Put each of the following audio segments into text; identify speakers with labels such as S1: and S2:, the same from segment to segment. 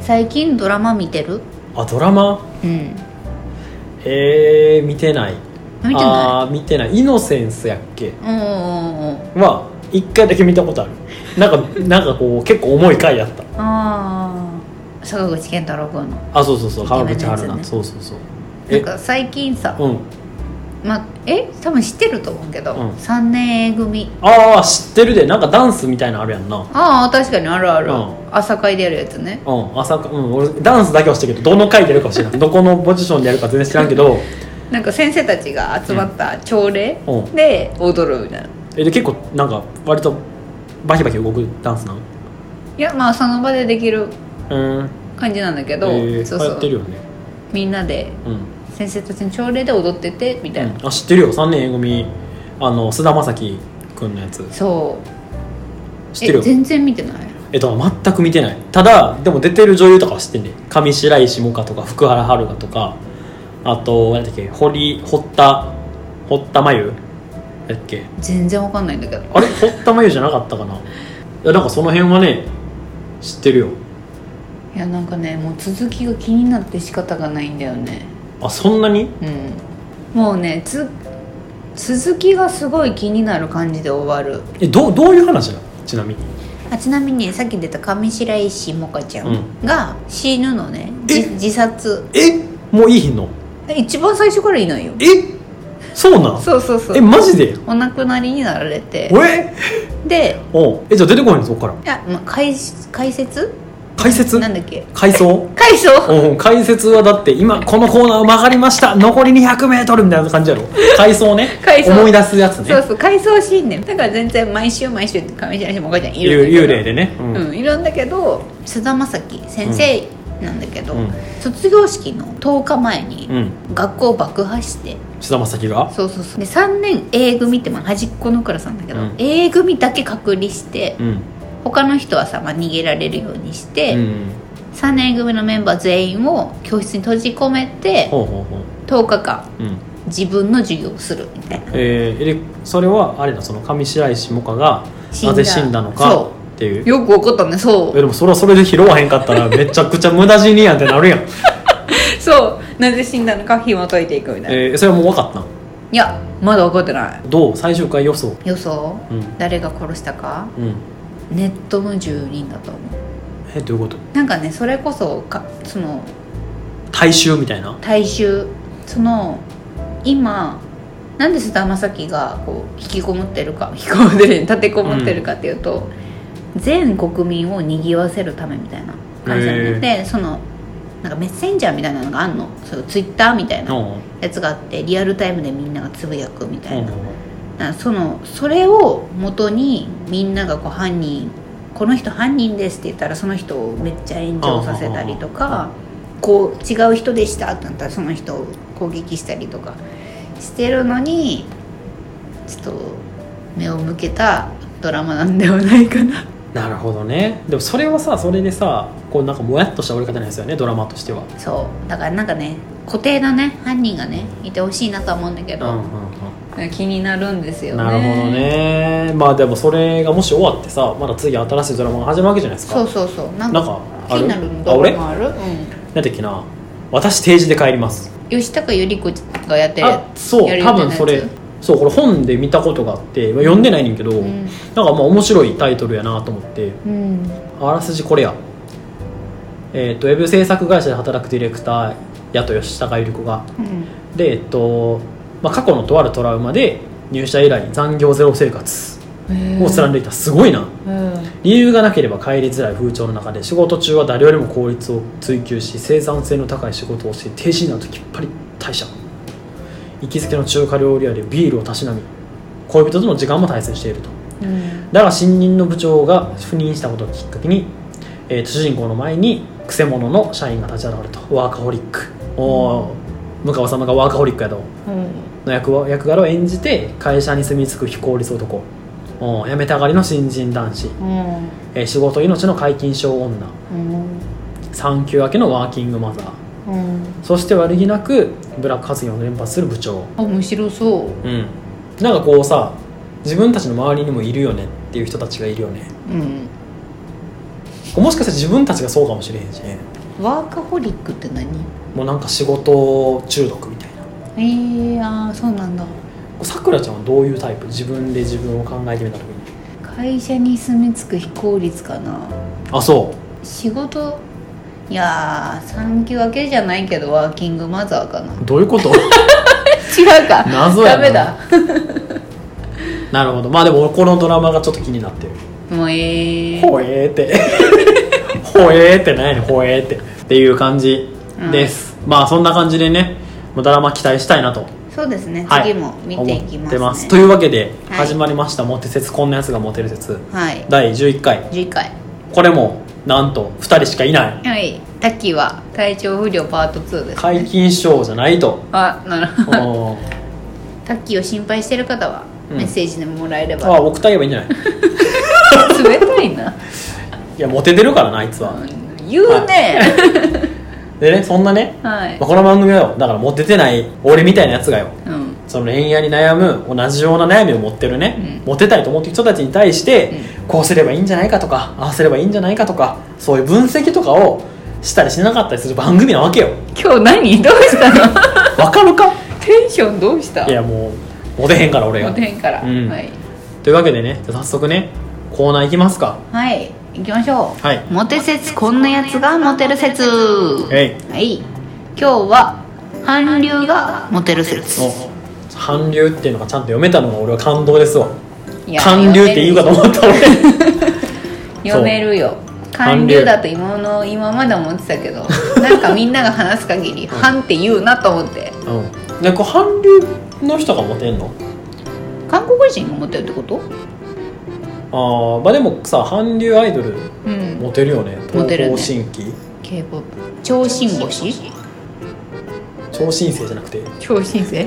S1: 最近ドラマ見てる
S2: あドラマ
S1: うん
S2: えー、見てない
S1: 見てない
S2: あー見てないイノセンスやっけ
S1: うんうんうんうん
S2: は一回だけ見たことあるなんか なんかこう結構重い回やった
S1: ああ坂口健太郎君の
S2: あそうそうそう
S1: イケ
S2: 原
S1: メンの
S2: 口
S1: やつ
S2: 春
S1: ね
S2: 奈、そうそうそう
S1: な
S2: え
S1: んか最近さ、
S2: うん
S1: ま、え多分知ってると思うけど、
S2: うん
S1: 三年 A 組
S2: ああ知ってるでなんかダンスみたいなのあるやんな
S1: ああ確かにあるある、
S2: うん
S1: 朝会でやるやつね
S2: うん朝かうん俺ダンスだけはしてるけどどの回でやるかは 知らんどこのポジションでやるか全然知らんけど
S1: なんか先生たちが集まった朝礼
S2: うん
S1: で踊るみたいな、
S2: えで結構なんか割とバキバキ動くダンスなん
S1: いやまあその場でできる
S2: うん
S1: 感じなんだけ
S2: え
S1: ど、
S2: ー、
S1: そうそ
S2: やってる
S1: う
S2: よね
S1: みんなで
S2: うん
S1: 先生たちの朝礼で踊っててみたいな、
S2: あ知ってるよ3年 A 組あの菅田将暉君のやつ
S1: そう
S2: 知ってる
S1: え
S2: よ
S1: 全然見てない
S2: えっと全く見てないただでも出てる女優とかは知ってんねん上白石萌歌とか福原遥香とかあと何だっけ堀堀田堀田真由だっけ
S1: 全然わかんないんだけど
S2: あれ堀田真由じゃなかったかないやなんかその辺はね知ってるよ
S1: いやなんかねもう続きが気になって仕方がないんだよね
S2: あそんなに
S1: うんもうねつ続きがすごい気になる感じで終わる
S2: えどうどういう話なのちなみに
S1: あちなみにさっき出た上白石萌歌ちゃ
S2: うん
S1: が死ぬのね、じ
S2: え
S1: 自殺
S2: えもういい日の
S1: 一番最初からいないよ
S2: えそうなん
S1: そうそうそう
S2: えマジで
S1: お亡くなりになられて
S2: おえ
S1: で
S2: おうえじゃあ出てこないのそこから
S1: いや、まあ、解説解説
S2: 解説
S1: なんだっけ
S2: 回想
S1: 解想
S2: うん、解説はだって今このコーナーを曲がりました残り 200m みたいな感じやろ回想ね
S1: 回想
S2: 思い出すやつ
S1: そう
S2: ね
S1: そう回想シーンねだから全然毎週毎週上白石萌歌ちゃんいるんだけど
S2: 幽霊でね、うん
S1: うん、いるんだけど菅田将暉先生なんだけど、
S2: うん
S1: 卒業式の10日前に
S2: うん
S1: 学校爆破して、
S2: 菅田将暉が
S1: そうそうそうで3年 A 組ってまあ端っこのクラスなんだけど、
S2: うん
S1: A 組だけ隔離して、
S2: うん、
S1: 他の人はさ、まあ、逃げられるようにして、
S2: うん、
S1: 3年 A 組のメンバー全員を教室に閉じ込めて
S2: ほうほうほ
S1: 10日間
S2: う、うん
S1: 自分の授業をするみたいな
S2: えー、でそれはあれだその上白石萌歌が
S1: 死んだ
S2: なぜ死んだのか
S1: そ
S2: っていう
S1: よく分かったねそ
S2: えでもそれはそれで拾わへんかった らめちゃくちゃ無駄死にやんってなるやん、
S1: うそうなぜ死んだのか紐解いていくみたいな、
S2: えー、それはもう分かったん
S1: いやまだ分かってない
S2: どう最終回予想
S1: 予想、
S2: うん
S1: 誰が殺したか
S2: うん
S1: ネットの住人だと思う
S2: えどういうこと
S1: なんかねそれこそかその
S2: 大衆みたいな
S1: 大衆その今なんで菅田将暉がこう引きこもってるか引 きこもってる立てこもってるかっていうと、全国民を賑わせるためみたいな感じな
S2: へ
S1: の
S2: ー
S1: でそのなんかメッセンジャーみたいなのがあんのそうツイッターみたいな
S2: うん
S1: やつがあってリアルタイムでみんながつぶやくみたいな、
S2: うん
S1: あそのそれを元にみんながこう犯人この人犯人ですって言ったらその人をめっちゃ炎上させたりとかこう違う人でしたってなったらその人を攻撃したりとかしてるのにちょっと目を向けたドラマなんではないかな
S2: なるほどねでもそれはさそれでさこうなんかもやっとした終わり方なんですよねドラマとしては
S1: そうだからなんかね固定なね犯人がねいてほしいなとは思うんだけ
S2: うんうん
S1: ど、気になるんです
S2: う
S1: よ
S2: ん
S1: ね
S2: なるほどねまあでもそれがもし終わってさまだ次新しいドラマが始まるわけじゃないですか
S1: そうそうそうなん
S2: なん
S1: か
S2: か
S1: 気
S2: ある
S1: になる
S2: あ
S1: ドラ
S2: 俺
S1: マあるうん
S2: なんだっけな私定時で帰ります
S1: 吉高由里子がやってる
S2: あそう多分それそうこれ本で見たことがあってまあ読んでないねんけど、
S1: ん
S2: なんかまあ面白いタイトルやなと思って
S1: うん
S2: あらすじこれや、えー、とウェブ制作会社で働くディレクターやと吉高由里子が
S1: うん
S2: で、えっとまあ、過去のとあるトラウマで入社以来残業ゼロ生活を貫いてきたすごいな理由がなければ帰りづらい風潮の中で仕事中は誰よりも効率を追求し生産性の高い仕事をして停止になるときっぱり退社行きつけの中華料理屋でビールをたしなみ恋人との時間も大切にしていると
S1: うん
S2: だが新任の部長が赴任したことをきっかけに、えーと主人公の前にくせ者の社員が立ち現れるとワーカホリックおー向川様がワーカホリックやとの役を役柄を演じて会社に住み着く非効率男お辞めたがりの新人男子、
S1: うん
S2: えー仕事命の皆勤賞女産休明けのワーキングマザー
S1: うん
S2: そして悪気なくブラック発言を連発する部長
S1: あ面白そう
S2: うんなんかこうさ自分たちの周りにもいるよねっていう人たちがいるよね
S1: うん
S2: もしかしたら自分たちがそうかもしれへんしね
S1: ワーカホリックって何
S2: もうなんか仕事中毒みたいな
S1: えー、ああそうなんだ
S2: さくらちゃんはどういうタイプ自分で自分を考えてみた時に
S1: 会社に住み着く非効率かな
S2: あそ
S1: 仕事いやー産休明けじゃないけどワーキングマザー かな
S2: うどういうこと
S1: 違うか
S2: 謎やな
S1: ダメだ
S2: なるほどまあでも俺このドラマがちょっと気になってる
S1: もうええ
S2: ほえーって ほえーって何やねんほえーってっていう感じです、まあそんな感じでねもうドラマ期待したいなと
S1: そうですね、
S2: はい
S1: 次も見ていき
S2: 思
S1: ま
S2: っ
S1: す,、ね、
S2: てますというわけで
S1: はい
S2: 始まりました「モテ説こんなやつがモテる説
S1: はい」
S2: 第11回
S1: 次回
S2: これもなんと2人しかいない
S1: はいタッキーは体調不良パート2です
S2: 皆勤賞じゃな いと
S1: あなるほど
S2: おー
S1: タッキーを心配してる方は
S2: うん
S1: メッセージでももらえれば、
S2: あ送ってあげばいいんじゃない
S1: 冷たいな
S2: いやモテてるからなあいつは
S1: 言うね
S2: でねそんなね、
S1: はい
S2: まあ、この番組はよだからモテてない俺みたいなやつがよ
S1: うん
S2: その恋愛に悩む同じような悩みを持ってるね、
S1: うん
S2: モテたいと思ってる人たちに対して、こうすればいいんじゃないかとかああすればいいんじゃないかとかそういう分析とかをしたりしなかったりする番組なわけよ
S1: 今日何どうしたの
S2: わかるか
S1: テンションどうした
S2: いやもうモテへんから俺が
S1: モテへんから、
S2: うん
S1: はい、
S2: というわけでねじゃあ早速ねコーナー行きますか
S1: はい、行きましょう、
S2: はい
S1: モテ説こんなやつがモテる説
S2: え
S1: はい今日は韓流がモテる説
S2: もう韓流っていうのがちゃんと読めたのが俺は感動ですわ
S1: いや
S2: 韓流って言うかと思った俺
S1: 読めるよ韓流だと今の今まで思ってたけ どなんかみんなが話す限り「
S2: ん
S1: ハン」って言うなと思って
S2: うん、でこう韓流の人がモテんの
S1: 韓国人がモテるってこと
S2: あーまあでもさ韓流アイドル
S1: うん
S2: モテるよね
S1: モテるね
S2: 東方神起、
S1: k p o p 超新星
S2: 超新星じゃなくて
S1: 超新星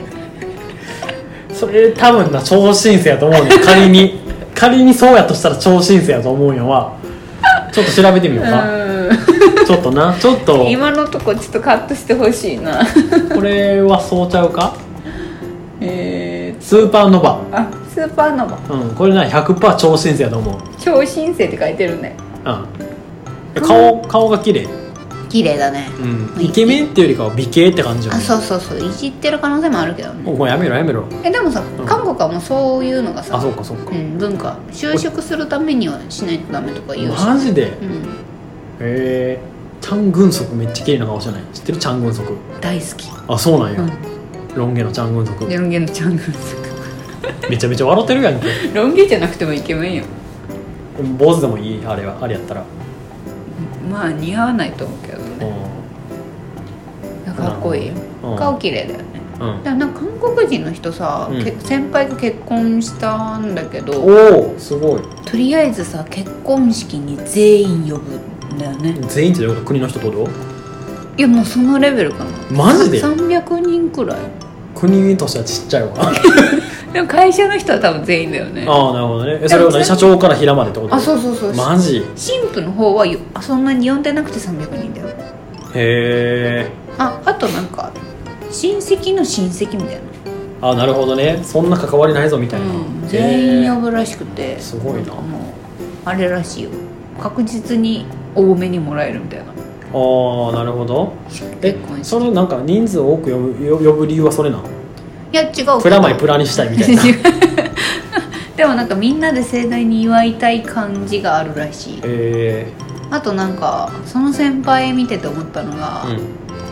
S2: それ多分な超新星やと思うねん仮に 仮にそうやとしたら超新星やと思うんやわちょっと調べてみようか
S1: う
S2: ちょっとなちょっと
S1: ん今のとこちょっとカットしてほしい な
S2: これはそうちゃうか
S1: え
S2: スーパーノバ
S1: ー、あスーパーノヴァ
S2: うんこれな100%超新星やと思う
S1: 超新星って書いてるね
S2: うん顔顔が綺麗
S1: 綺麗だね
S2: うんイケメンっていうよりかは美形って感じよ
S1: あ
S2: ね
S1: そうそうそういじってる可能性もあるけどね
S2: もうやめろやめろ
S1: えでもさ
S2: ん
S1: 韓国はもうそういうのがさ
S2: あそうかそうか
S1: うん、文化就職するためにはしないとダメとか言うし、
S2: マジでへ
S1: うん、
S2: えチャン・グンソクめっちゃ綺麗な顔じゃない知ってるチャン・グンソク
S1: 大好き
S2: あそうなんや、
S1: う
S2: ロン毛のチャン・グンソク
S1: んでロン毛のチャンネ
S2: めちゃめちゃ笑ってるやんけ
S1: ル ロン毛じゃなくてもイケメンよ
S2: 坊主でもいいあれはあれやったら
S1: まあ似合わないと思うけどねかっこいいよ
S2: うん
S1: 顔綺麗だよね
S2: うん、うん
S1: でもなんか韓国人の人さ、
S2: うん
S1: け先輩が結婚したんだけど
S2: おおすごい
S1: とりあえずさ結婚式に全員呼ぶんだよね
S2: 全員ってどういうこと国の人ってこと
S1: いやもうそのレベルかな
S2: マジで
S1: 300人くらい
S2: 国としてはちっちゃいわ あ
S1: でも会社の人は多分全員だよね
S2: あなるほどねえそれは何社長から平までってこと
S1: あそうそうそう
S2: マジ
S1: 新婦の方はよあそんなに呼んでなくて300人だよ
S2: へえ
S1: ああとなんか親戚の親戚みたいな、
S2: あなるほどねそんな関わりないぞみたいな、
S1: うん、
S2: へ
S1: 全
S2: え
S1: 員呼ぶらしくて
S2: すごいなん
S1: かもうあれらしいよ確実に多めにもらえるみたいな
S2: ああなるほどえ
S1: 結婚式
S2: そのなんか人数を多く呼ぶよ呼ぶ理由はそれなの
S1: いや違うけど
S2: プラマイプラにしたいみたい なへ
S1: 違う でもなんかみんなで盛大に祝いたい感じがあるらしい
S2: え
S1: あとなんかその先輩見てて思ったのが、
S2: う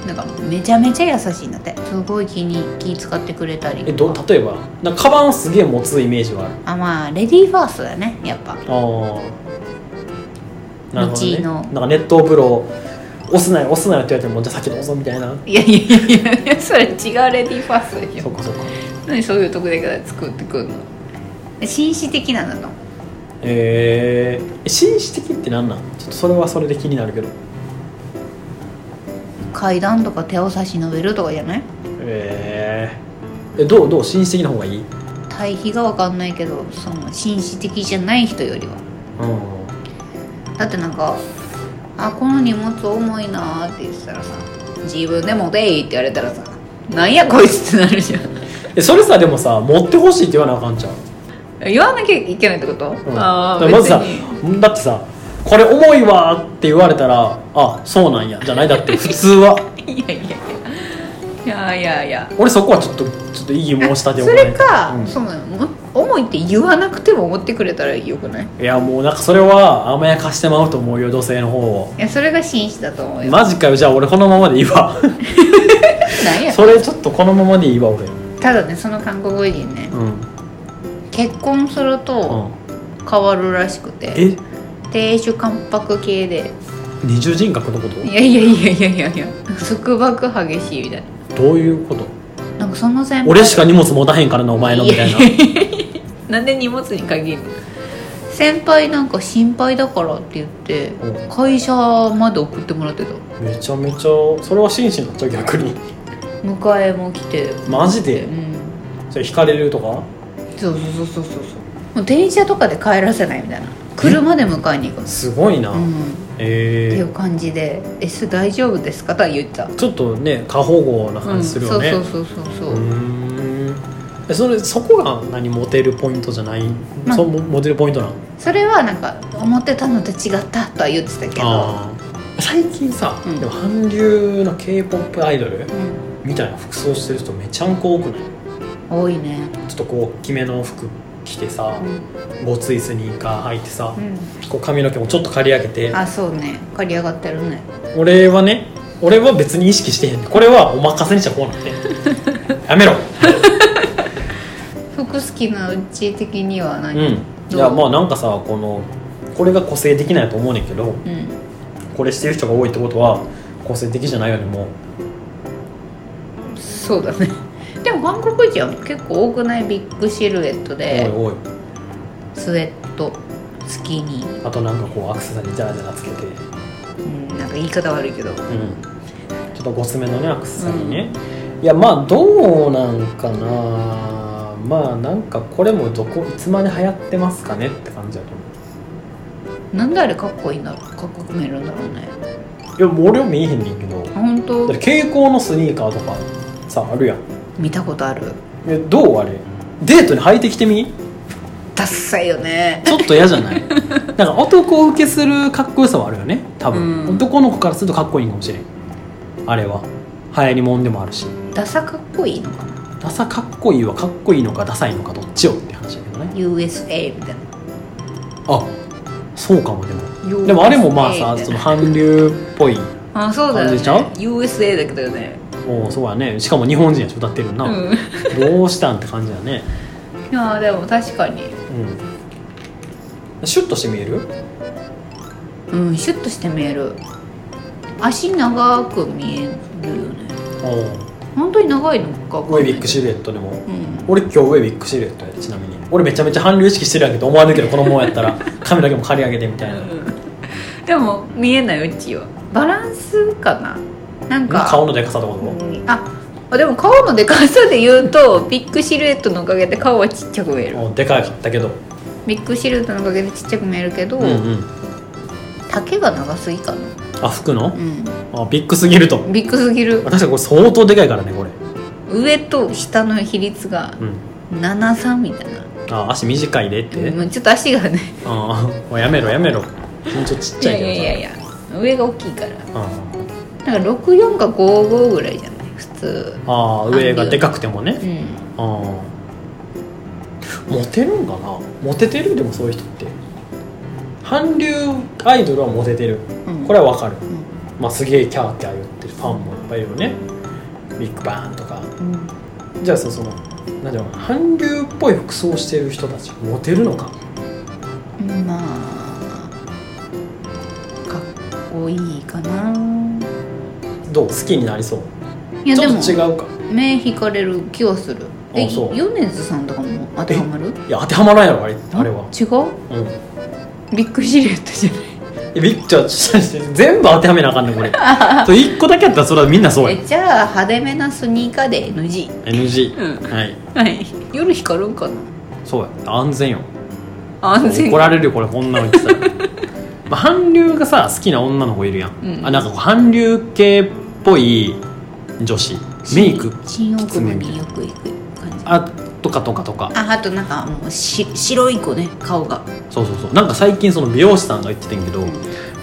S2: ん、
S1: なんかめちゃめちゃ優しいんだってすごい気に気使ってくれたり
S2: えど例えばなんかカバンすげえ持つイメージはある
S1: あまあレディーファーストだねやっぱ
S2: ああなるほど、ね、
S1: 道の
S2: なんか熱湯風呂押すなよ押すなよって言われてももうじゃあ先どうぞみたいない
S1: やいやいやいやそれ違うレディーファーストでし
S2: そ
S1: ょ
S2: っかそっか
S1: 何そういうとこだけ作ってくるの紳士的なんだと
S2: えー、え紳士的って何なんちょっとそれはそれで気になるけど
S1: 階段とか手を差し伸べるとかじゃない
S2: えー、えどうどう紳士的な方がいい
S1: 対比が分かんないけどその紳士的じゃない人よりは
S2: うん
S1: だってなんか「あこの荷物重いな」って言ってたらさ「自分でもでいい」って言われたらさ「なんやこいつ」ってなるじゃん
S2: えそれさでもさ持ってほしいって言わなあかんちゃう
S1: 言わなきゃいけないってこと、
S2: うん
S1: ああ
S2: だからま
S1: 別
S2: ずさ
S1: に
S2: だってさこれ重いわって言われたらあそうなんやじゃないだって普通はい
S1: やいやいやいやいやいや
S2: 俺そこはちょっとちょっと異議申し立てを
S1: それか、
S2: うん
S1: そのも思いって言わなくても思ってくれたらよくない
S2: いやもうなんかそれは甘やかしてまうと思うよ女性の方を
S1: いやそれが紳士だと思うよ、
S2: マジかよじゃあ俺このままでいいわ
S1: なんや
S2: それちょっとこのままでいいわ俺う
S1: ただねその韓国人ね
S2: ん、うん、
S1: 結婚すると変わるらしくて
S2: え
S1: 亭主関白系で
S2: 二重人格のこと
S1: いやいやいやいやいやいや束縛激しいみたい
S2: どういうこと
S1: ななんかその先輩
S2: 俺しか荷物持たへんからなお前のみたいな
S1: ややなんで荷物に限る先輩なんか心配だからって言って
S2: う
S1: 会社まで送ってもらってた
S2: めちゃめちゃそれは真摯だった逆に
S1: 迎えも来て
S2: マジ
S1: う
S2: で
S1: ん
S2: それ引かれるとか
S1: そうそうそうそうそうそうもう電車とかで帰らせないみたいな車で迎えに行くんです、
S2: すごいな、
S1: うん、ってい
S2: え
S1: う感じで「S 大丈夫ですか?」とは言ってた、
S2: ー、ちょっとね過保護な
S1: う
S2: 感
S1: ん、
S2: じす
S1: そう
S2: る
S1: そ
S2: よ
S1: う
S2: ね、
S1: そうそうそう、
S2: うーんえそれそこが何モテるポイントじゃない、
S1: まあ
S2: そのモテるポイントなの
S1: それはなんか思ってたのと違ったとは言ってたけど、
S2: あー最近さ、
S1: うん
S2: でも韓流の k p o p アイドル
S1: うん、
S2: みたいな服装してる人めちゃんこ多くない
S1: 多いね
S2: ちょっとこう大きめの服着てさ
S1: う、ん、
S2: ごついスニーカー履いてさ、
S1: う
S2: こう髪の毛もちょっと刈り上げて
S1: ん、あそうね刈り上がってるね
S2: 俺はね俺は別に意識してへんこれはお任せにしちゃこうなんて やめろ
S1: 服好きなうち的には何
S2: うんいやまあなんかさこのこれが個性的なんやと思うねんけど
S1: うん
S2: これしてる人が多いってことは個性的じゃないよねもう
S1: そうだねでも韓国人は結構多くないビッグシルエットで
S2: おいおい
S1: スウェットスキニー、
S2: あとなんかこうアクセサリーじゃらじゃらつけてうん
S1: うん、なんか言い方悪いけど
S2: ちょっとごつめのねアクセサリーね、いやまあどうなんかなまあなんかこれもどこいつまで流行ってますかねって感じだと思う
S1: なんであれかっこいいんだろうかっこよく見えるんだろうね
S2: いやもう俺は見えへんねんけどだ
S1: 本当
S2: って蛍光のスニーカーとかさあるやん
S1: 見たことある
S2: えどうあれデートに履いてきてみ
S1: ダッサいよね
S2: ちょっと嫌じゃ ないなんか男受けするかっこよさはあるよね多分、
S1: うん
S2: 男の子からするとかっこいいかもしれんあれは流行りもんでもあるし
S1: ダサかっこいいのかな
S2: ダサかっこいいはかっこいいのかダサいのかどっちよって話だけどね
S1: USA みたいな
S2: あそうかもでも
S1: USA
S2: でもあれもまあ
S1: み
S2: さ
S1: たい
S2: そ
S1: な
S2: の韓流っぽい
S1: あそうだよ、
S2: 感
S1: ね
S2: じちゃう、
S1: USA だけどね
S2: もうそうやねしかも日本人やし歌ってるな、
S1: うん
S2: どうしたんって感じだね
S1: いやーでも確かに
S2: うんシュッとして見える
S1: うんシュッとして見える足長く見えるよね
S2: お
S1: 本当に長いのか
S2: ウェビックシルエットでも
S1: うん
S2: 俺今日上ビッグシルエットやでちなみに俺めちゃめちゃ韓流意識してるやんけど思わねえけどこのままやった ら髪だけも刈り上げてみたいな
S1: でも見えないうちはバランスかななんか
S2: 顔のでかさとかも
S1: うんあでも顔のでかさで言うとビッグシルエットのおかげで顔はちっちゃく見える
S2: でかかったけど
S1: ビッグシルエットのおかげでちっちゃく見えるけど、
S2: うんうん
S1: 丈が長すぎかな
S2: あ服の
S1: う
S2: あビッグすぎると
S1: んビッグすぎる
S2: 確かにこれ相当でかいからねこれ
S1: 上と下の比率が
S2: うん
S1: 73みたいな
S2: あ足短いでって、
S1: うんちょっと足がね
S2: あもうやめろやめろもうちょっとちっ
S1: い
S2: ちゃ
S1: や
S2: いけ
S1: いやい
S2: どさ
S1: やいや上が大きいから
S2: うん
S1: なんか64か55ぐらいじゃない普通
S2: あー上がでかくてもね
S1: うん
S2: あーモテるんかなモテてるでもそういう人って韓流アイドルはモテてる
S1: うん
S2: これはわかる、
S1: ん
S2: まあ、すげえキャーキャー言ってるファンもいっぱいいるよねビッグバーンとか
S1: うん
S2: じゃあそそのなんていうの韓流っぽい服装をしてる人たちモテるのか
S1: まあかっこいいかな
S2: どう好きになりそう
S1: いや
S2: ち
S1: で
S2: ょ
S1: も
S2: っと違うか
S1: 目引かれる気はするえ
S2: あそう
S1: 米津さんとかも当てはまる
S2: いや当てはまらんやろあれあれは
S1: 違う
S2: うん
S1: ビッグシルエットじゃ
S2: えビッじゃあちょっと待って全部当てはめなあかんね んこれと一個だけやったらそれはみんなそう
S1: ない
S2: や
S1: えじゃあ派手めなスニーカーで NG
S2: NG、
S1: うん
S2: はい
S1: はい夜光るんかな
S2: そうや安全よ
S1: 安全
S2: 怒られるよこれこんな の言ってたらまあ韓流がさ好きな女の子いるやん、
S1: うん
S2: あなんかこう韓流系っぽい女子メイク
S1: 新大
S2: きつ
S1: 久保
S2: めみたい
S1: に
S2: な
S1: よく行く感じ
S2: あとかとかとか
S1: ああとなんかもうし白い子ね顔が
S2: そうそうそうなんか最近その美容師さんが言っててんけど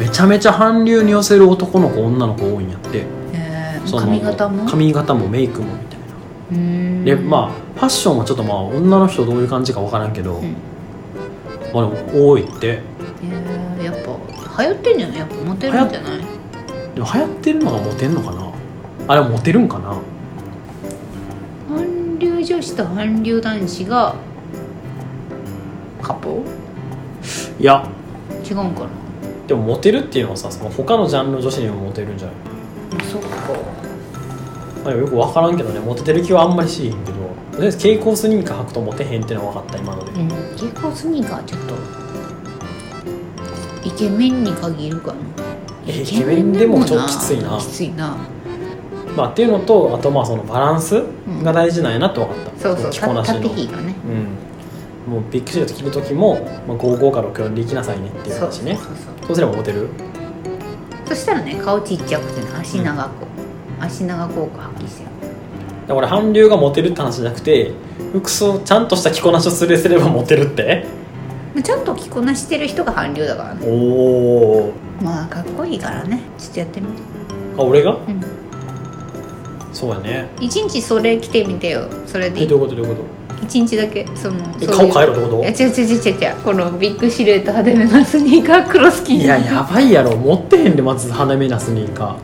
S2: めちゃめちゃ韓流に寄せる男の子女の子多いんやって
S1: えー
S2: その
S1: 髪型も
S2: 髪型もメイクもみたいなでまあファッションはちょっとまあ女の人どういう感じか分からんけど、
S1: ん
S2: まあでも多いって
S1: あ、えーやっぱ流行ってんじゃないやっぱモテるんじゃない
S2: でも流行ってるのがモテんのかなあれモテるんかな
S1: 韓流女子と韓流男子がカポ
S2: いや
S1: 違うんかな
S2: でもモテるっていうのはさその他のジャンルの女子にもモテるんじゃない
S1: そっか
S2: まあよく分からんけどねモテてる気はあんまりしへんけどとりあえず蛍光スニーカー履くとモテへんっていうのは分かった今ので、
S1: うん結構スニーカーちょっとイケメンに限るかな
S2: えイケメンでもちょっときついな
S1: きついな
S2: まあっていうのとあとまあそのバランスが大事なんやなって分かった、
S1: そうそう
S2: 着こな
S1: た
S2: しの
S1: 縦比がね
S2: うんもうビッグシルエット着る時も、まあ、55か64で行きなさいねっていう
S1: そう
S2: 話
S1: そう
S2: ね
S1: そう
S2: そうすればモテる
S1: そしたらね顔ちっちゃくてね足長く、足長効果発揮してる
S2: だから韓流がモテるって話じゃなくて服装ちゃんとした着こなしをすれすればモテるって
S1: まあちゃんと着こなしてる人が韓流だからね
S2: おお
S1: まあかっこいいからねちょっとやってみて
S2: あ俺が
S1: うん
S2: そうやね
S1: 一日それ着てみてよそれでい
S2: え
S1: い
S2: どういうことどういうこ
S1: 一日だけその
S2: とえ
S1: そういう
S2: 顔変えろってこと
S1: いや違う違う違う違うこのビッグシルエット派手めなスニーカー黒スキニー
S2: いややばいやろ持ってへんでまず花めなスニーカ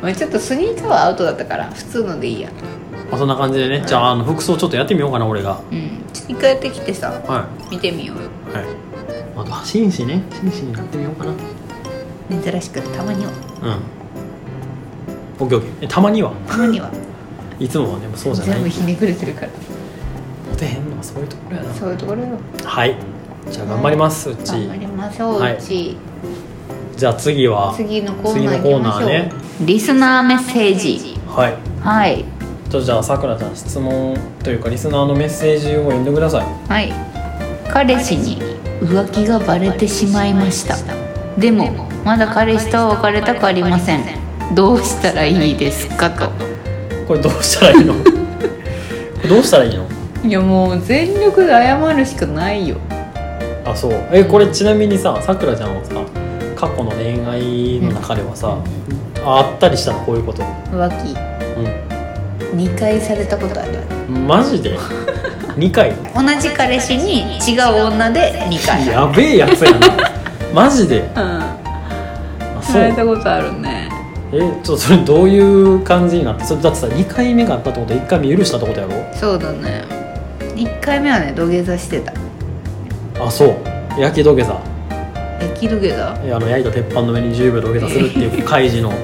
S1: まあちょっとスニーカーはアウトだったから普通のでいいや
S2: ー、まあ、そんな感じでね、じゃああの服装ちょっとやってみようかな俺が
S1: うんちょっと一回やってきてさ
S2: は
S1: 見てみようよ
S2: いはいあと紳士ね紳士になってみようかなうん
S1: 珍しくたまには
S2: オッケーオッケーえたまには
S1: たまにはい
S2: つもはねそうじゃない
S1: 全部ひねくれてるから
S2: モテへんのはそういうところやな
S1: そういうところよ
S2: はいじゃあ頑張ります、う
S1: 頑張
S2: ち
S1: りましょう、
S2: はいう
S1: ち
S2: じゃあ次は
S1: 次のコーナー行きましょう、
S2: 次のコーナ
S1: リスナーメッセージ
S2: はい
S1: はい
S2: ちょっとじゃあさくらちゃん質問というかリスナーのメッセージを読んでください
S1: はい彼氏に浮気がバレてしまいましたでもまだ彼氏とは別れたくありませんどうしたらいいですかと
S2: これどうした らいいのこれどうしたらいいの
S1: いやもう全力で謝るしかないよ
S2: あそうえこれちなみにささくらちゃんはさ過去の恋愛の中ではさ、あったりしたのこういうこと、
S1: 浮気2回されたことある
S2: うん、マジ で2回
S1: 同じ彼氏に違う女で2回
S2: やべえやつや なマジで
S1: うん
S2: あそ
S1: さ
S2: う
S1: れたことあるね
S2: えちょっとそれどういう感じになってそれだってさ2回目があったってことは1回目許したってことやろ
S1: そうだね1回目はね土下座してた
S2: あそう焼き土下座
S1: えキルゲだ
S2: えあの焼いた鉄板の上に10秒土下座するっていう開 示のあ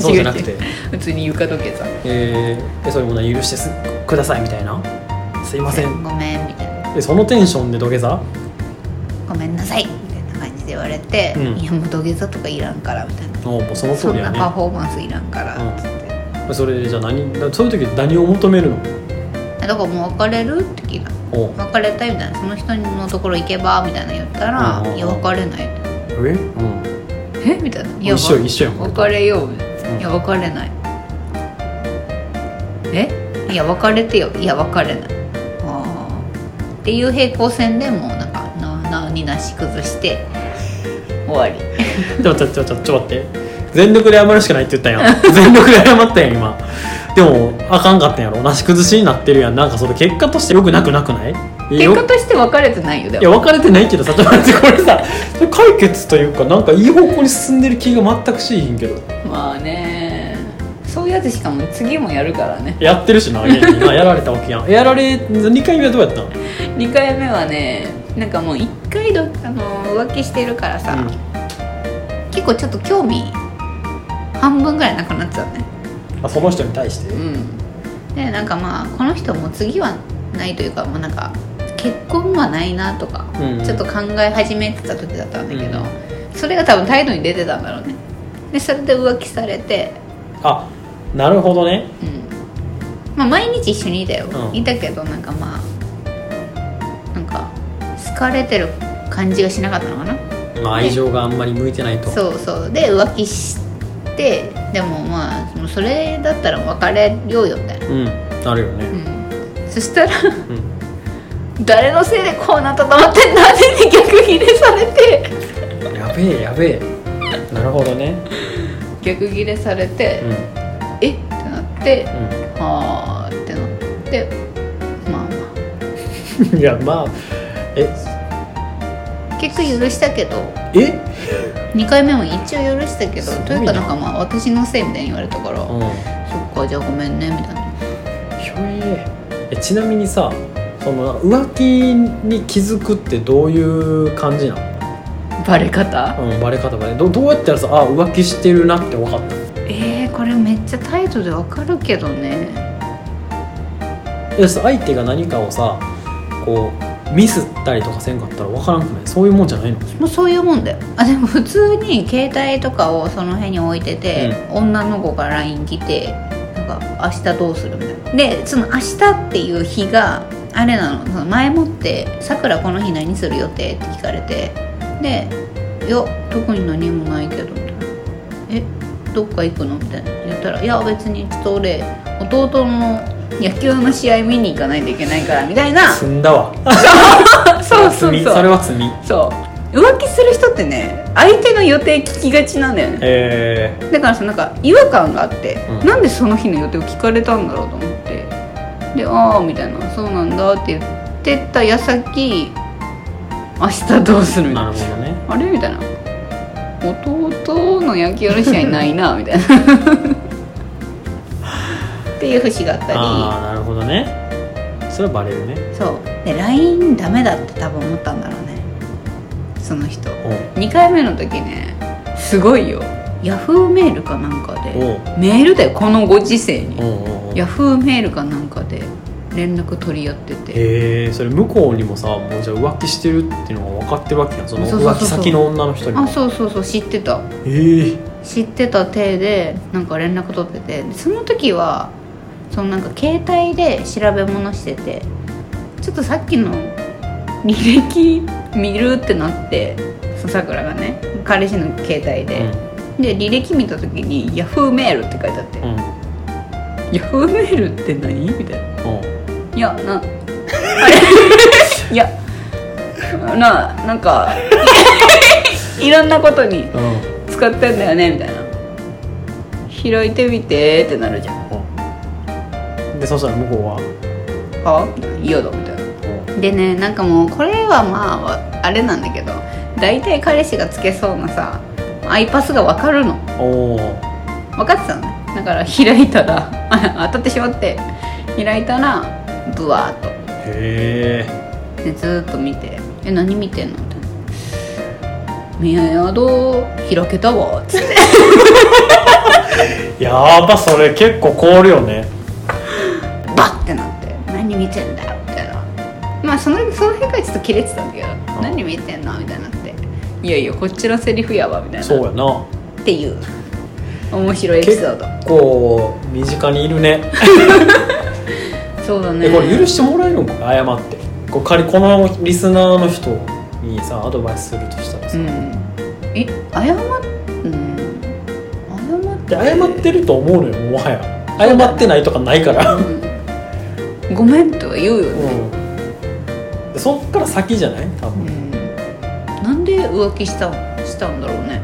S2: そうじゃなくて、
S1: 普通に床土下座
S2: えーえそういうものは許してすくださいみたいなすいません
S1: ごめんみたいな
S2: えそのテンションで土下座
S1: ごめんなさいみたいな感じで言われて、
S2: うん
S1: いやもう土下座とかいらんからみたいな、
S2: おうもうその通
S1: そ
S2: り
S1: ん
S2: や
S1: な
S2: ね
S1: パフォーマンスいらんから
S2: うん
S1: つって、
S2: それじゃあ何だそういう時何を求めるの
S1: だからもう別れるって聞いた
S2: おう
S1: 別れたいみたいなその人のところ行けばみたいな言ったら
S2: うんうんう
S1: 「
S2: ん
S1: いや別れない」
S2: え、うん、
S1: えみたいな「いや
S2: 一緒一緒やもん
S1: 別れよう」
S2: うん
S1: いや別れない」えいや別れてよ」「いや別れない」あーっていう平行線でもうなんかななになし崩して終わり
S2: ちょっと待ってちょっと待って全力で謝るしかないって言ったやん 全力で謝ったやん今でもあかんかったんやろなし崩しになってるやんなんかそれ結果としてよくなくなくないえ
S1: 結
S2: よ
S1: 果として別れてないよで
S2: いや
S1: も
S2: 別れてない けどさちょっと待ってこれさそれ解決というかなんかいい方向に進んでる気が全くしへんけど
S1: まあねそういうやつしかも次もやるからね
S2: やってるしな現 になやられたわけやんやられ2回目はどうやったの
S1: 2回目はねなんかもう1回どあの浮気してるからさ、結構ちょっと興味半分ぐらいなくなっちゃうね
S2: うんあその人に対して
S1: うんでなんかまあこの人も次はないというかもうなんか結婚はないなとか、
S2: うん
S1: ちょっと考え始めてた時だったんだけど、
S2: うん
S1: それが多分態度に出てたんだろうねでそれで浮気されて
S2: あなるほどね
S1: うんまあ毎日一緒にいたよ、
S2: うん
S1: いたけどなんかまあなんか好かれてる感じがしなかったのかな
S2: まあ愛情があんまり向いてないと
S1: そうそうで浮気してでもまあそれだったら別れようよみたいな、
S2: うんなるよね、
S1: うん、そしたら
S2: うん
S1: 誰のせいでこうなったと思ってなんでに逆ギレされて
S2: やべえやべえなるほどね
S1: 逆ギレされ
S2: う
S1: て、
S2: ん
S1: えってなってはあってなってまあま
S2: うんいやまあえ
S1: あ結局許したけど
S2: え
S1: 2回目も一応許したけど
S2: すごいな
S1: というかなんかまあ私のせいみたいに言われたから、
S2: うん
S1: そっかじゃあごめんねみたいな
S2: ひょええちなみにさその浮気に気づくってどういう感じな
S1: バレ方
S2: の、うん、バレ方バレどどうやったらさあ浮気してるなって分かった
S1: えー、これめっちゃ態度でわかるけどね
S2: えさ相手が何かをさこうミスったりとかせんかったら分からんくないそういうもんじゃないの
S1: もうそういうもんだよあでも普通に携帯とかをその辺に置いてて、女の子が LINE 来てなんか明日どうするみたいなでその明日っていう日があれなのその前もって「さくらこの日何する予定?」って聞かれてで「いや特に何もないけど」みたいな「えどっか行くの?」みたいな言ったら「いや別にちょっと俺弟の野球の試合見に行かないといけないから」みたいな
S2: 積んだわ
S1: そうそ
S2: 積
S1: う
S2: み
S1: そう
S2: それは積み
S1: そう浮気する人ってね相手の予定聞きがちなんだよね
S2: えー、
S1: だからさなんか違和感があって、
S2: うん
S1: なんでその日の予定を聞かれたんだろうと思ってで「ああ」みたいな「そうなんだ」って言ってた矢先明日どうするみたい
S2: な
S1: な
S2: るほどね
S1: 「あれ?」みたいな「弟の野球の試合ない な」みたいなっていう節があったり
S2: ああなるほどねそれはバレるね
S1: そうで LINE ダメだって多分思ったんだろうねその人
S2: おう
S1: 2回目の時ねすごいよヤフーメールかなんかで
S2: おう
S1: メールだよこのご時世に
S2: おうおうおう
S1: ヤフーメールかなんかで連絡取り合ってて
S2: へえそれ向こうにもさもうじゃあ浮気してるっていうのが分かってるわけやんその
S1: そうそうそう
S2: 浮気先の女の人にも
S1: あそうそうそう知ってた
S2: へえ
S1: 知ってた体でなんか連絡取っててでその時はそのなんか携帯で調べ物しててちょっとさっきの履歴見るってなってそのさくらがね彼氏の携帯で、で履歴見た時に「ヤフーメール」って書いてあって
S2: うんうん
S1: 「ヤフーメールって何?」みたいな
S2: う
S1: 「いやなあれいやななんかい ろんなことに
S2: んうん
S1: 使ってんだよね」みたいな「開いてみて」ってなるじゃん
S2: うんでそしたら向こうは
S1: 「は嫌だ」みたいな
S2: う
S1: でねなんかもうこれはまああれなんだけど大体彼氏がつけそうなさアイパスが分かるの
S2: んおお
S1: 分かってたのねだから開いたら当たってしまって開いたらブワーっと
S2: へえ
S1: でずーっと見て「え何見てんの?」みたいな「宮宿開けたわ」っつって
S2: やばそれ結構凍るよね
S1: バッてなって「何見てんだよ」みたいなまあそのその辺からちょっとキレてたんだけど「何見てんの?」みたいになって「いやいやこっちのセリフやわ」みたいな
S2: そうやな
S1: っていう面白いエピソ
S2: 結
S1: ード
S2: 構身近にいるね
S1: そうだね
S2: えこれ許してもらえるのかな謝ってこう仮にこのリスナーの人にさアドバイスするとしたら
S1: う
S2: さ、
S1: んえ謝っうん謝って
S2: で謝ってると思うのよもはや謝ってないとかないから
S1: うんごめんとは言うよね、
S2: うん、そっから先じゃない多
S1: う
S2: 分、
S1: んなんで浮気したしたんだろうね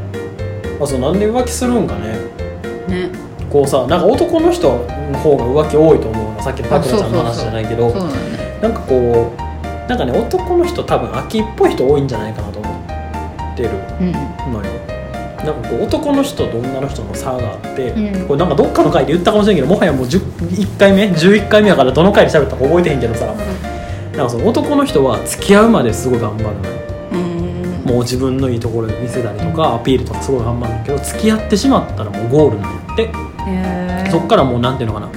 S2: あそうなんで浮気するんかね
S1: ね
S2: こうさなんか男の人の方が浮気多いと思うのさっきのパクロちゃんの
S1: あ
S2: 話
S1: そうそうそう
S2: じゃないけ
S1: そ
S2: ど
S1: うだね
S2: なんかこうなんかね男の人多分秋っぽい人多いんじゃないかなと思ってる
S1: うん
S2: のよなんかこう男の人と女の人の差があって、
S1: うん
S2: これなんかどっかの回で言ったかもしれんけどもはやもう10 1回目11回目やからどの回で喋ったか覚えてへんけどさなんかその男の人は付き合うまですごい頑張るのよ
S1: うん
S2: もう自分のいいところで見せたりとかアピールとかすごい頑張るんだけど付き合ってしまったらもうゴールなんやって
S1: へー
S2: そっからもうなんていうのかな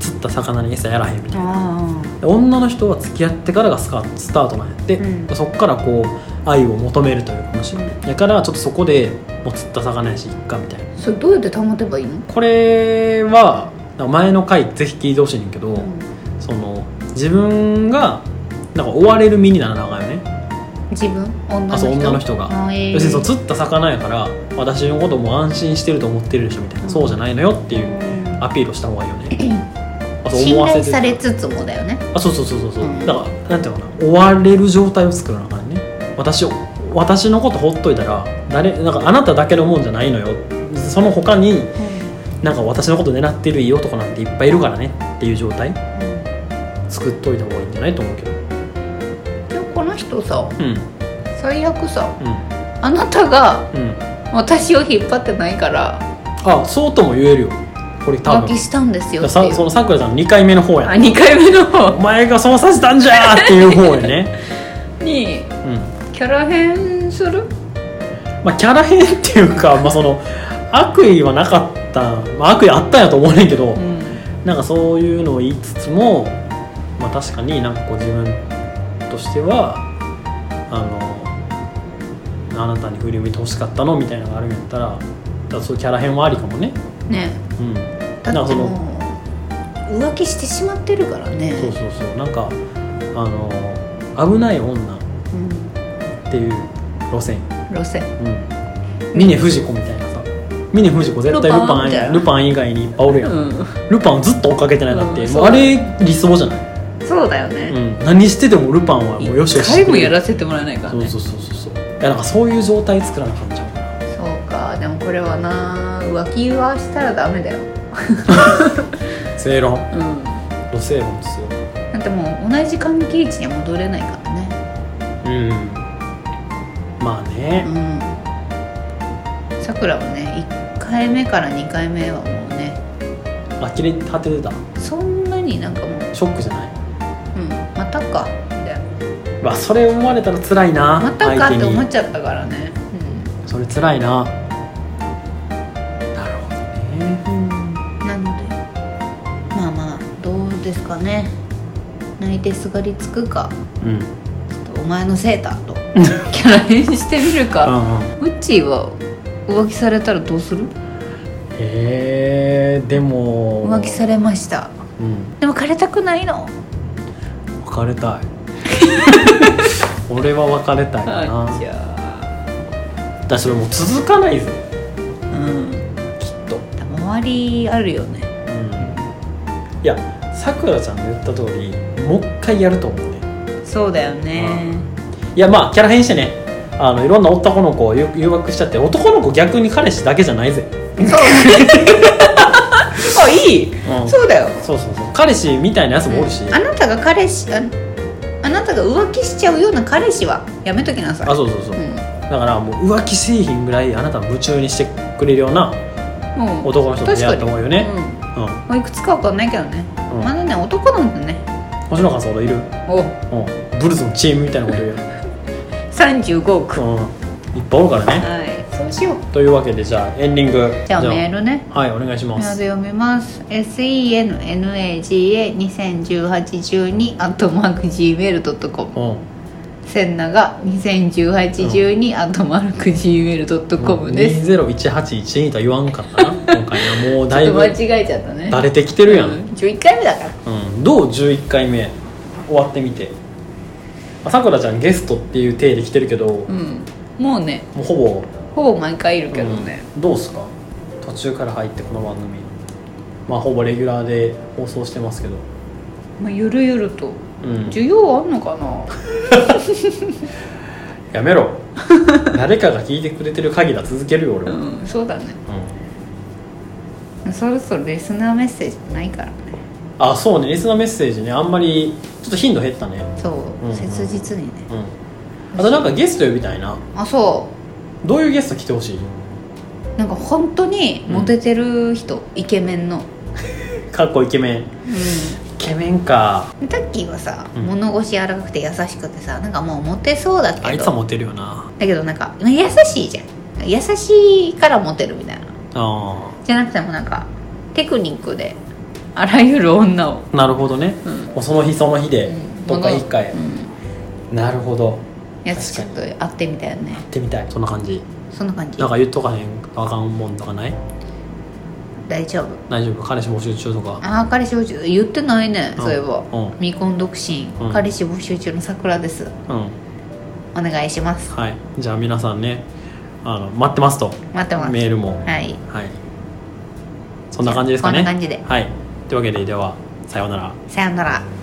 S2: 釣った魚に餌やらへんみたいな
S1: あ
S2: で女の人は付き合ってからがスカスタートなんやって、
S1: うん
S2: そっからこう愛を求めるというかもしれないだからちょっとそこでもう釣った魚やしいっかみたいな
S1: あそれどうやって保てばいいの
S2: これはなんか前の回ぜひ聞いてほしいねんけど、その自分がなんか追われる身にならなあかんよね
S1: 自分女の人
S2: あそう女の人が
S1: あーえー
S2: 要するにそう釣った魚やから私のことも安心してると思ってるでしょみたいな、
S1: うん
S2: そうじゃないのよっていう
S1: うん
S2: アピールをした方がいいよねあそう
S1: 信
S2: 思わせ
S1: 頼
S2: て
S1: されつつもだよね
S2: あそうそうそうそうそう、
S1: うん
S2: だからなんていうのかな追われる状態を作る中でね私を私のことほっといたら誰なんかあなただけのもんじゃないのよその他になんか私のこと狙ってるいい男なんていっぱいいるからねっていう状態作っといた方がいいんじゃないと思うけど
S1: でもこの人さ
S2: うんうん
S1: 最悪さあなたが
S2: うん
S1: 私を引っ張ってないから
S2: あそうとも言えるよこれ多
S1: 浮
S2: 分
S1: 気したんですよ
S2: だ
S1: って
S2: さ
S1: い
S2: そうのさくらさんの2回目の方や
S1: あ
S2: な
S1: 2回目の
S2: お
S1: 方
S2: 前がそうさせたんじゃーっていう方やね
S1: に
S2: うん
S1: キャラ変する
S2: まあ、キャラ変っていうか、まあ、その悪意はなかった、まあ、悪意あったんやと思うねんけど、
S1: うん
S2: なんかそういうのを言いつつも、まあ、確かになんかこう自分としてはあのあなたに振り向いてほしかったのみたいなのがあるんやったらだからそういうキャラ変はありかもね、
S1: ね
S2: うん、
S1: だ
S2: なん
S1: って
S2: かその
S1: もう浮気してしまってるからね
S2: そうそうそうなんかあの危ない女っ
S1: うん
S2: ていう路線、
S1: 路線
S2: うん、峰不二子みたいなさ峰不二子絶対ル
S1: ルパ
S2: パ
S1: ンみたいな
S2: ンルパン以外にいっぱいおるやん
S1: うん
S2: ルパンをずっと追っかけてないだって、
S1: うん
S2: もうあれ理想じゃない、
S1: そうだよね
S2: うん、何してでもルパンはもうよしよし
S1: 一回もやらせてもらえないから
S2: そう
S1: ね
S2: そうそうそうそういやなんかそういう状態作らなあかんちゃうかな
S1: そうかでもこれはな浮気はしたらダメだよ
S2: 正論
S1: うん
S2: 路正論ですよ
S1: だってもう同じ関係値には戻れないからね
S2: うんまあね、
S1: うんさくらはね1回目から2回目はもうね
S2: 呆れ果ててた
S1: そんなになんかもう
S2: ショックじゃない
S1: うんまたかみたいな
S2: まあそれ思われたら辛いな
S1: またかって思っ
S2: 相
S1: ちゃったからね
S2: 手にそれ辛いななるほどね
S1: うん、なのでまあまあどうですかね泣いてすがりつくか
S2: うん
S1: ちょっとお前のセーターと キャラ変してみるか
S2: うんうん
S1: ウッチーは浮気されたらどうする
S2: えー、でも
S1: 浮気されました
S2: うん
S1: でも枯れたくないの
S2: 別れ たい俺は別れたいな、
S1: じゃ
S2: だからそれもう続かないぜ
S1: あうん
S2: きっと、
S1: でも周りあるよね
S2: うん、いやさくらちゃんの言った通りもう一回やると思うね
S1: そうだよね
S2: いやまあキャラ変してねあのいろんな男の子を誘誘惑しちゃって男の子逆に彼氏だけじゃないぜ、
S1: あいい
S2: うんそう
S1: そうだよ
S2: そうそう彼氏みたいなやつもおるし、
S1: あなたが彼氏ああなたが浮気しちゃうような彼氏はやめときなさい
S2: あそうそうそう、
S1: うん
S2: だからもう浮気製品ぐらいあなたを夢中にしてくれるような
S1: うん
S2: 男の人と出会った方がいいよね
S1: 確かに
S2: う
S1: う
S2: ん、
S1: んもういくつかわかんないけどね、
S2: うん
S1: まだね男なんてね
S2: 星野さんそいる、
S1: お
S2: うん、ブルズのチームみたいなこと言うよ
S1: 35億、
S2: うん、いっぱいおるからね。
S1: はいそうしよう
S2: というわけでじゃあエンディング
S1: じゃあメールね
S2: はいお願いしま
S1: メール
S2: す。
S1: 読みます。sennaga201812 アットマーク gmail.com
S2: うん、
S1: 千長201812アットマーク gmail.com です。
S2: 二ゼロ一八一二とは言わんかった な今回はもうだ
S1: ち
S2: い
S1: ょっと
S2: ぶ
S1: 間違えちゃったね。
S2: バレてきてるや
S1: うん
S2: ん。
S1: 11回目だから。
S2: うん、どう十一回目終わってみて。あさくらちゃんゲストっていう体で来てるけど、も
S1: うん。もうね、
S2: うほぼ、
S1: ほぼ毎回いるけどね。
S2: うんどうすか途中から入ってこの番組まあほぼレギュラーで放送してますけど、
S1: まあ、ゆるゆると。
S2: うん、
S1: 需要あんのかな
S2: やめろ 誰かが聞いてくれてる限りは続けるよ俺は、うん
S1: うん、そうだね。そろそろリスナーメッセージないからね。
S2: あそうねリスナーメッセージねあんまりちょっと頻度減ったね
S1: そう、
S2: うんうん
S1: 切実にね。
S2: うんあとなんかゲスト呼びたいな
S1: あ、そう。
S2: どういうゲスト来てほしい
S1: なんか本当にモテてる人、イケメンの、
S2: かっこイケメンイケメンか
S1: うん、タッキーはさ、
S2: うん
S1: 物腰柔らかくて優しくてさなんかもうモテそうだけど
S2: あいつはモテるよな
S1: だけどなんか優しいじゃん優しいからモテるみたいな
S2: あ
S1: じゃなくてもなんかテクニックであらゆる女を、
S2: あなるほどね、
S1: うん
S2: もうその日その日でどっか一回、
S1: うん、
S2: なるほど
S1: やつちょっと会ってみたよね
S2: 行ってみたいそんな感じ
S1: そんな感じ
S2: なんか言っとかへんあかんもんとかない
S1: 大丈夫
S2: 大丈夫彼氏募集中とか
S1: ああ彼氏募集言ってないね、
S2: うん
S1: そういえば、
S2: うん
S1: 未婚独身、
S2: うん
S1: 彼氏募集中の桜です
S2: うん
S1: お願いします
S2: はいじゃあ皆さんねあの待ってますと
S1: 待ってます
S2: メールも
S1: はい
S2: はい。そんな感じですかね。
S1: こんな感じで
S2: はい。というわけで、では、さようなら
S1: さよなら